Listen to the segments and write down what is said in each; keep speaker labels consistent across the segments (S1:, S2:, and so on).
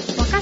S1: 阪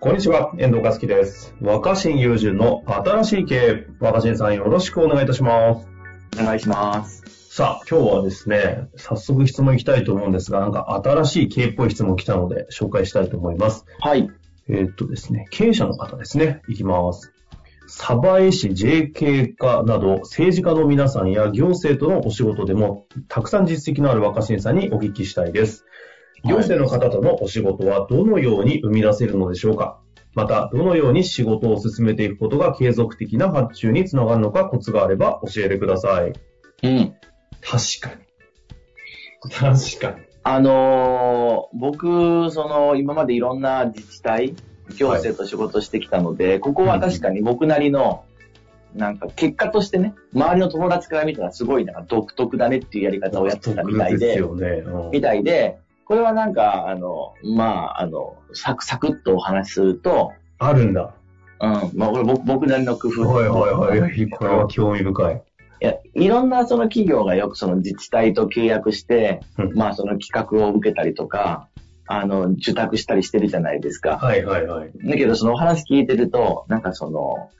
S2: こんにちは、遠藤和樹です。若新友人の新しい経営、若新さんよろしくお願いいたします。
S3: お願いします。
S2: さあ、今日はですね、早速質問いきたいと思うんですが、なんか新しい経営っぽい質問来たので紹介したいと思います。
S3: はい。
S2: えーっとですね、経営者の方ですね、いきます。鯖江市 JK 課など政治家の皆さんや行政とのお仕事でもたくさん実績のある若新さんにお聞きしたいです。
S3: はい
S2: 行政の方とのお仕事はどのように生み出せるのでしょうかまた、どのように仕事を進めていくことが継続的な発注につながるのかコツがあれば教えてください。
S3: うん。
S2: 確かに。確かに。
S3: あのー僕、その、今までいろんな自治体、行政と仕事してきたので、ここは確かに僕なりの、なんか結果としてね、周りの友達から見たらすごいなんか独特だねっていうやり方をやってたみたい
S2: です
S3: で、
S2: よね。うん
S3: みたいで、これはなんか、あの、まあ、あの、サクサクっとお話しすると、
S2: あるんだ。
S3: うん、まあ、これ僕僕なりの工夫。
S2: はいはいはい。これは興味深い。
S3: いや、いろんなその企業がよくその自治体と契約して、
S2: うん
S3: まあその企画を受けたりとか、あの、受託したりしてるじゃないですか。
S2: はいはいはい。
S3: だけどそのお話聞いてると、なんかその、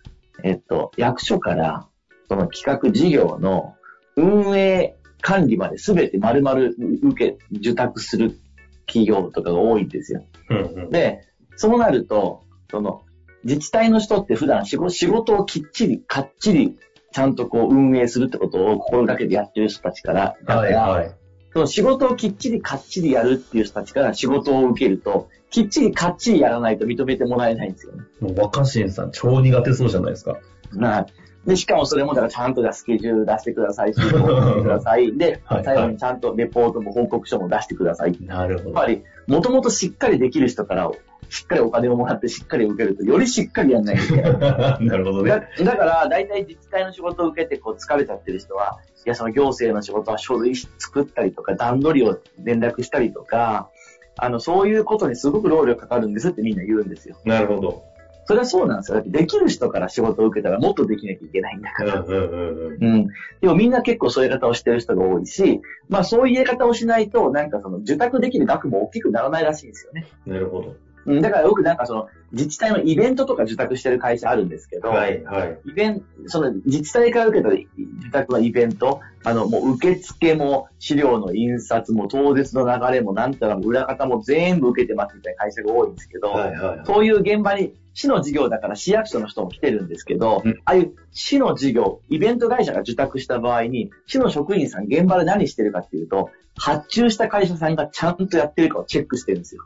S3: えっと、役所から、その企画事業の運営管理まで全て丸々受け、受託する企業とかが多いんですよ。
S2: うんうん。
S3: で、そうなると、その、自治体の人って普段仕事仕事をきっちり、かっちり、ちゃんとこう運営するってことを心がけてやってる人たちから、だか
S2: はい
S3: ら、
S2: はい。
S3: その仕事をきっちりかっちりやるっていう人たちから仕事を受けると、きっちりかっちりやらないと認めてもらえないんですよね。
S2: もう若新さん、超苦手そうじゃないですか。
S3: なで、しかもそれもだからちゃんとじゃあスケジュール出してくださいし、報告してください。で、
S2: はい
S3: 最後にちゃんとレポートも報告書も出してください。
S2: なるほ
S3: やっぱり、もともとしっかりできる人から、しっかりお金をもらってしっかり受けると、よりしっかりやんないとい けな い。
S2: なるほど
S3: だ
S2: ね。
S3: だから、大体自治体の仕事を受けてこう疲れちゃってる人は、いや、その行政の仕事は書類作ったりとか、段取りを連絡したりとか、あの、そういうことにすごく労力かかるんですってみんな言うんですよ。
S2: なるほど。
S3: それはそうなんですよ。だってできる人から仕事を受けたらもっとできなきゃいけないんだ
S2: う
S3: か
S2: ん
S3: ら。
S2: うんうんうん。
S3: うん。でもみんな結構そういう言い方をしてる人が多いし、まあそういう言い方をしないと、なんかその受託できる額も大きくならないらしいんですよね。
S2: なるほど。
S3: うん、だからよくなんかその、自治体のイベントとか受託してる会社あるんですけど、
S2: はいはい。
S3: イベント、その自治体から受けた受託のイベント、あの、もう受付も資料の印刷も当日の流れもなんたらも裏方も全部受けてますみたいな会社が多いんですけど、
S2: はいはいはい。
S3: そういう現場に市の事業だから市役所の人も来てるんですけど、
S2: うん
S3: ああいう市の事業、イベント会社が受託した場合に、市の職員さん現場で何してるかっていうと、発注した会社さんがちゃんとやってるかをチェックしてるんですよ。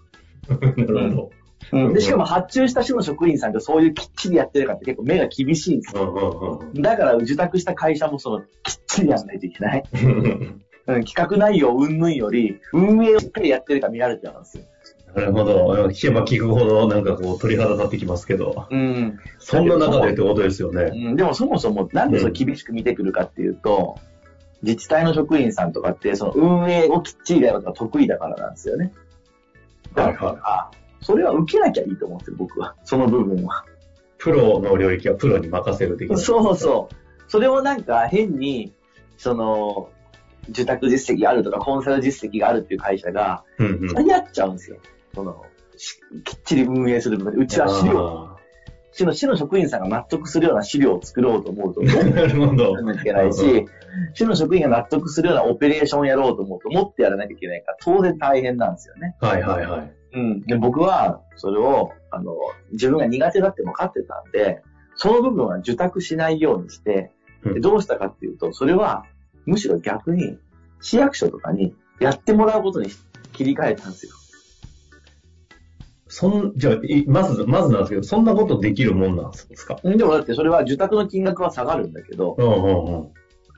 S2: なるほ
S3: で、しかも発注した市の職員さんがそういうきっちりやってるかって結構目が厳しいんですよ。
S2: ど。うん
S3: だから受託した会社もその、きっちりやらないといけない。
S2: うんうん。
S3: うん、企画内容云々より、運営をしっかりやってるか見られてたんですよ。
S2: なるほど。聞けば聞くほど、なんかこう、鳥肌立ってきますけど。
S3: うん。
S2: そんな中でってことですよね。
S3: でもそもそも、なんでそれ厳しく見てくるかっていうと、自治体の職員さんとかって、その運営をきっちりやるのが得意だからなんですよね。
S2: はいはい。
S3: あ、それは受けなきゃいいと思うんですよ、僕は。その部分は。
S2: プロの領域はプロに任せる的な。
S3: そうそう。それをなんか変に、その、受託実績があるとか、コンサル実績があるっていう会社が、
S2: う。うんうん。
S3: やり合っちゃうんですよ。その、しきっちり運営する部分でうちは資料、
S2: あ
S3: 市の市の職員さんが納得するような資料を作ろうと思うと、どう
S2: ーなるほど
S3: やら。なきゃいけない
S2: うん
S3: し、市の職員が納得するようなオペレーションをやろうと思うと、もっとやらなきゃいけないから、当然大変なんですよね。
S2: はいはいはい。
S3: うん。で、僕は、それを、あの、自分が苦手だって分かってたんで、その部分は受託しないようにして、
S2: うん
S3: でどうしたかっていうと、それは、むしろ逆に、市役所とかにやってもらうことに切り替えたんですよ。
S2: そん、じゃあ、いまず、まずなんですけど、そんなことできるもんなんですか
S3: でもだってそれは受託の金額は下がるんだけど、
S2: うんうんうん。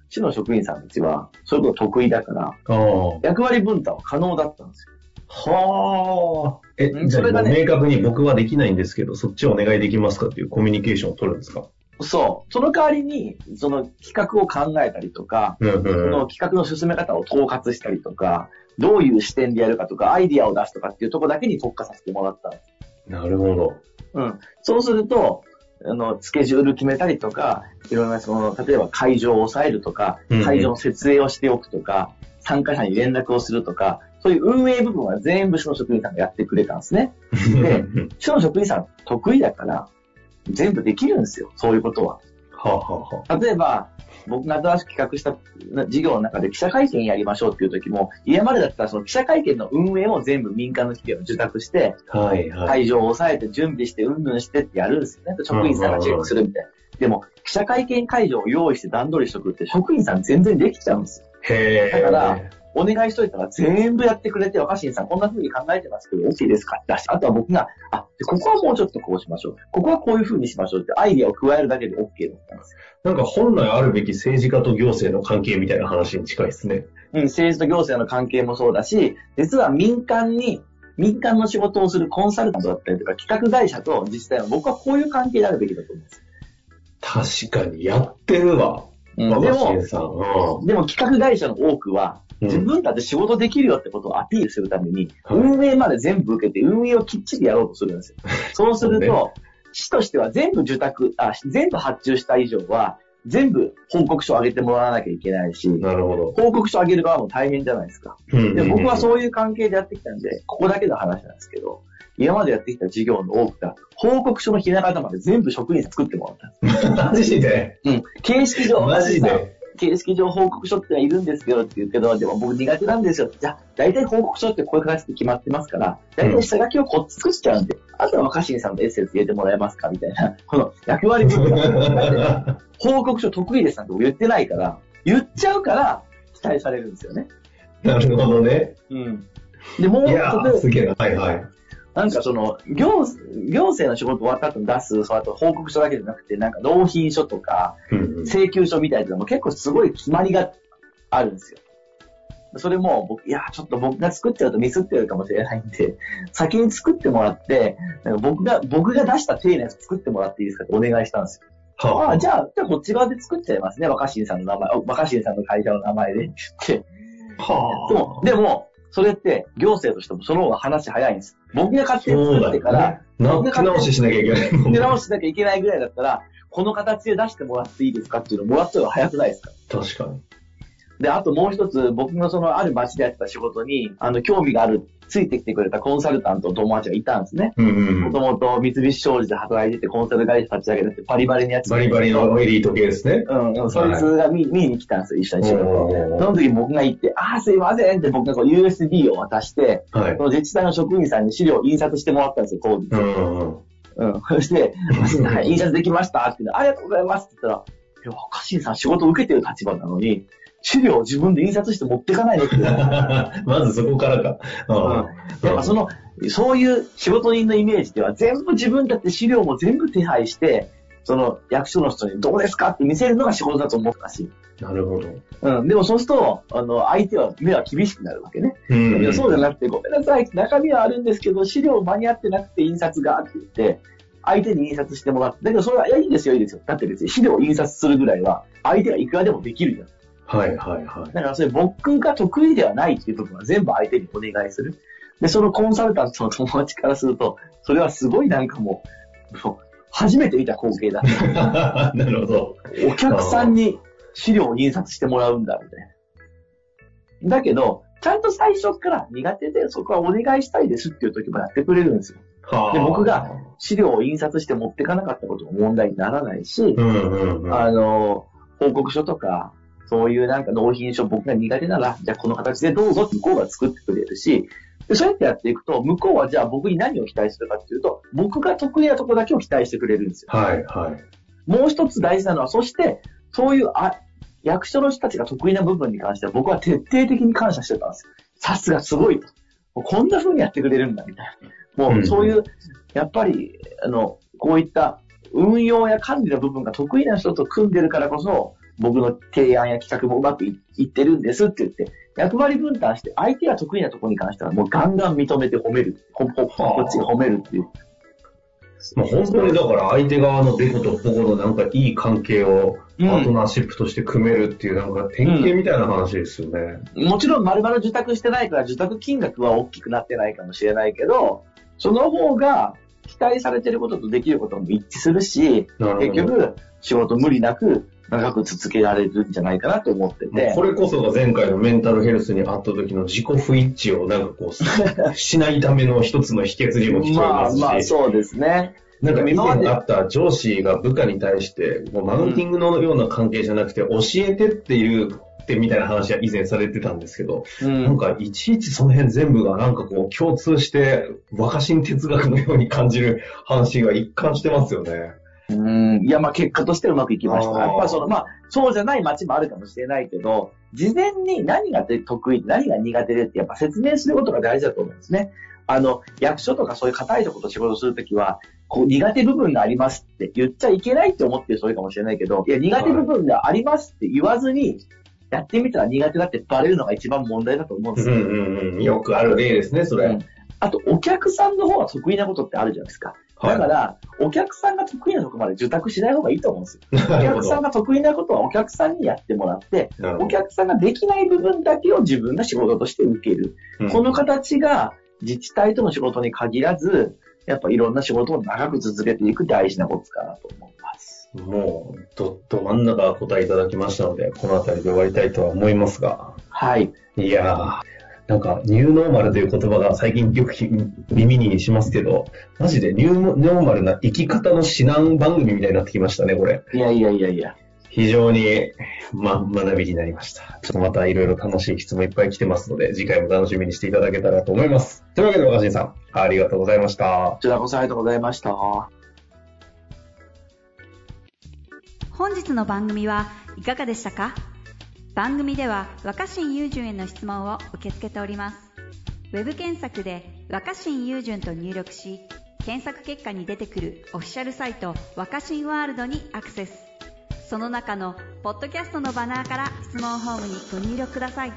S3: 市の職員さんたちは、そういうこと得意だから、
S2: ああ。
S3: 役割分担は可能だったんですよ
S2: はあ。え
S3: う、ん
S2: じゃあ、
S3: それがね
S2: 明確に僕はできないんですけど、そっちお願いできますかっていうコミュニケーションを取るんですか
S3: そう。その代わりに、その企画を考えたりとか、
S2: うん
S3: そ
S2: うんうん
S3: の企画の進め方を統括したりとか、どういう視点でやるかとか、アイディアを出すとかっていうところだけに特化させてもらった。
S2: なる ほど。
S3: うん。そうすると、あの、スケジュール決めたりとか、いろんな、その、例えば会場を抑えるとか
S2: うんうん、
S3: 会場の設営をしておくとか、参加者に連絡をするとか、そういう運営部分は全部市の職員さんがやってくれたんですね。で市の職員さん得意だから、全部できるんですよ、そういうことは。
S2: はあ、はあは
S3: 例えば、僕が新しく企画したな事業の中で記者会見やりましょうっていう時も、家までだったらその記者会見の運営を全部民間の企業に受託して、
S2: あ、はいはい。
S3: 会場を押さえて準備して、うんぬんしてってやるんですよね。職員さんがチェックするみたいな。でも、記者会見会場を用意して段取りしとくって、職員さん全然できちゃうんですよ。
S2: へえ。
S3: だから、お願いしといたら全部やってくれて、若新さんこんな風に考えてますけど、OK ですかって出して、あとは僕が、あ、でここはもうちょっとこうしましょう。ここはこういう風にしましょうってアイディアを加えるだけで OK だったんですよ
S2: なんか本来あるべき政治家と行政の関係みたいな話に近いですね。
S3: うん、政治と行政の関係もそうだし、実は民間に、民間の仕事をするコンサルタントだったりとか、企画会社と自治体は僕はこういう関係であるべきだと思うんですよ。
S2: 確かに、やってるわ。
S3: うん
S2: 馬
S3: で
S2: 場
S3: も
S2: 伸、さん。う
S3: でも企画会社の多くは、
S2: うん
S3: 自分たち仕事できるよってことをアピールするために、
S2: はい
S3: 運営まで全部受けて、運営をきっちりやろうとするんですよ。そうする
S2: そう
S3: と、市としては全部受託、あ、全部発注した以上は、全部報告書を上げてもらわなきゃいけないし
S2: ん。、なるほど。
S3: 報告書を上げる側も大変じゃないですか。
S2: うん
S3: で僕は
S2: う
S3: そういう関係でやってきたんで、ここだけの話なんですけど、今までやってきた事業の多くが、報告書のひな形まで全部職員さん作ってもらったんです。
S2: ん。 マジで
S3: うん。形式上、
S2: マジで
S3: 形式上報告書ってのはいるんですけどって言うけど、でも僕苦手なんですよ。じゃあ、大体報告書ってこういう形で決まってますから、大体下書きをこっち作っちゃうんで、あとは若新さんのエッセンス入れてもらえますかみたいな、この役割分担だ って。報告書得意ですなんて僕言ってないから、言っちゃうから期待されるんですよね。
S2: なるほどね。
S3: うん。で、もう、
S2: いや
S3: 例え
S2: ー、
S3: ば
S2: すげえな。はいはい。
S3: なんかその、行、行政の仕事終わった後に出す、そうあと報告書だけじゃなくて、なんか納品書とか、
S2: うんうん
S3: 請求書みたいなのも結構すごい決まりがあるんですよ。それも僕、いや、ちょっと僕が作っちゃうとミスってるかもしれないんで、 先に作ってもらって、なんか僕が、僕が出した丁寧なやつ作ってもらっていいですかってお願いしたんですよ。ああ、じゃあ、じゃあこっち側で作っちゃいますね、若新さんの名前、あ若新さんの会社の名前でって言って。
S2: は
S3: でも、でも、それって、行政としてもその方が話早いんです。僕が勝手に
S2: そう
S3: 作っ
S2: だ
S3: てか
S2: よ
S3: ら
S2: ね、。な手直ししなきゃいけないもんね。
S3: 出 直しなきゃいけないぐらいだったら、この形で出してもらっていいですかっていうのもらった方が早くないですか
S2: 確かに。
S3: で、あともう一つ、僕のそのある町でやってた仕事に、あの、興味がある、ついてきてくれたコンサルタントの友達がいたんですね。
S2: うんうんう
S3: も
S2: ん。
S3: ともと三菱商事で働いてて、コンサル会社立ち上げてて、バリバリのやつ。
S2: バリバリ。のエリート系ですね。
S3: うん、うんそいつが見,、見に来たんですよ、一緒に仕事を。そ
S2: は
S3: の時僕が行って、ああ、すいませんって僕がこう USB を渡して、
S2: い
S3: そ。の自治体の職員さんに資料を印刷してもらったんですよ、当時。
S2: うんうん
S3: うん。 そして、
S2: うん。
S3: はい、印刷できましたって言ってありがとうございますって言ったら、いや、若新さん仕事受けてる立場なのに、資料を自分で印刷して持ってかないのって。 や
S2: まずそこからか。うん
S3: っぱその、そういう仕事人のイメージでは、全部自分だって資料も全部手配して、その役所の人にどうですかって見せるのが仕事だと思ったし。
S2: なるほど。
S3: うん。でもそうすると、あの、相手は目は厳しくなるわけね。
S2: うん
S3: いやそうじゃなくて、ごめんなさい、中身はあるんですけど、資料間に合ってなくて印刷がって言って、相手に印刷してもらって、だけどそれは、いや、いいですよ、いいですよ。だって別に資料を印刷するぐらいは、相手がいくらでもできるじゃん。
S2: はいはいはい。
S3: だからそれ僕が得意ではないっていう部分は全部相手にお願いする。で、そのコンサルタントの友達からすると、それはすごいなんかもう、そう初めて見た光景だ。
S2: な るほど。
S3: お客さんに資料を印刷してもらうんだ、みたいな。だけど、ちゃんと最初から苦手で、そこはお願いしたいですっていう時もやってくれるんですよ。
S2: はあ
S3: で僕が。資料を印刷して持ってかなかったことも問題にならないし、
S2: うんうんうん。
S3: あの、報告書とか、そういうなんか納品書僕が苦手なら、じゃあこの形でどうぞって向こうが作ってくれるし、でそうやってやっていくと、向こうはじゃあ僕に何を期待するかっていうと、僕が得意なとこだけを期待してくれるんですよ。
S2: はいはい。
S3: もう一つ大事なのは、そして、そういうあ役所の人たちが得意な部分に関しては、僕は徹底的に感謝してたんですよ。さすがすごいと。もうこんな風にやってくれるんだ、みたいな。もうそういう、やっぱり、あの、こういった運用や管理の部分が得意な人と組んでるからこそ、僕の提案や企画もうまくいいってるんですって言って、役割分担して、相手が得意なところに関しては、もうガンガン認めて褒める。ほほこっちが褒めるっていう。
S2: まあ、本当にだから相手側のデコと保護のなんかいい関係をパ
S3: うん
S2: ートナーシップとして組めるっていうなんか典型みたいな話ですよね。
S3: もちろん丸々受託してないから受託金額は大きくなってないかもしれないけど、その方が期待されてることとできることも一致するし、
S2: なるほど
S3: 結局仕事無理なく長く続けられるんじゃないかなと思って
S2: もう
S3: て
S2: こ。れこそが前回のメンタルヘルスにあった時の自己不一致をなんかこ う、しないための一つの秘訣にも聞こえ
S3: ま
S2: ま
S3: あ
S2: すし、
S3: まあそうですね。
S2: なんか今
S3: 今
S2: ま
S3: ま
S2: で
S3: で
S2: あった上司が部下に対して、もうマウンティングのような関係じゃなくて、教えてっていうってみたいな話は以前されてたんですけど、
S3: う
S2: なん
S3: ん。
S2: かいちいちその辺全部がなんかこう共通して若新哲学のように感じる話が一貫してますよね。
S3: うんいやまあ結果としてうまくいきました。
S2: あー
S3: やっぱそのまあそうじゃない街もあるかもしれないけど、事前に何が得意、何が苦手でってやっぱ説明することが大事だと思うんですね。あの、役所とかそういう硬いとこと仕事するときは、こう苦手部分がありますって言っちゃいけないって思ってる人多いかもしれないけど、いや苦手部分がありますって言わずに、やってみたら苦手だってバレるのが一番問題だと思うん
S2: う
S3: ですよ。
S2: んうんうん。よくある例ですね、それ。
S3: うんあと、お客さんの方が得意なことってあるじゃないですか。だか
S2: はい
S3: ら、お客さんが得意なとこまで受託しない方がいいと思うんですよ。お
S2: なるほ
S3: 客
S2: ど
S3: さんが得意なことはお客さんにやってもらって、
S2: なるほど
S3: お客さんができない部分だけを自分が仕事として受ける。
S2: うん
S3: この形が自治体との仕事に限らず、やっぱいろんな仕事を長く続けていく大事なことかなと思います。
S2: もう、ど、ど真ん中答えいただきましたので、この辺りで終わりたいとは思いますが。
S3: はい。
S2: いやー、なんか、ニューノーマルという言葉が最近よくひ耳にしますけど、マジでニューノーマルな生き方の指南番組みたいになってきましたね、これ。
S3: いやいやいやいや。
S2: 非常に、ま、学びになりました。ちょっとまたいろいろ楽しい質問いっぱい来てますので、次回も楽しみにしていただけたらと思います。というわけで、若新さん、ありがとうございました
S3: こ。ちらこそありがとうございました。
S1: 本日の番組はいかがでしたか番組では若新雄純への質問を受け付けておりますウェブ検索で「若新雄純」と入力し検索結果に出てくるオフィシャルサイト「若新ワールド」にアクセスその中の「ポッドキャスト」のバナーから質問フォームにご入力ください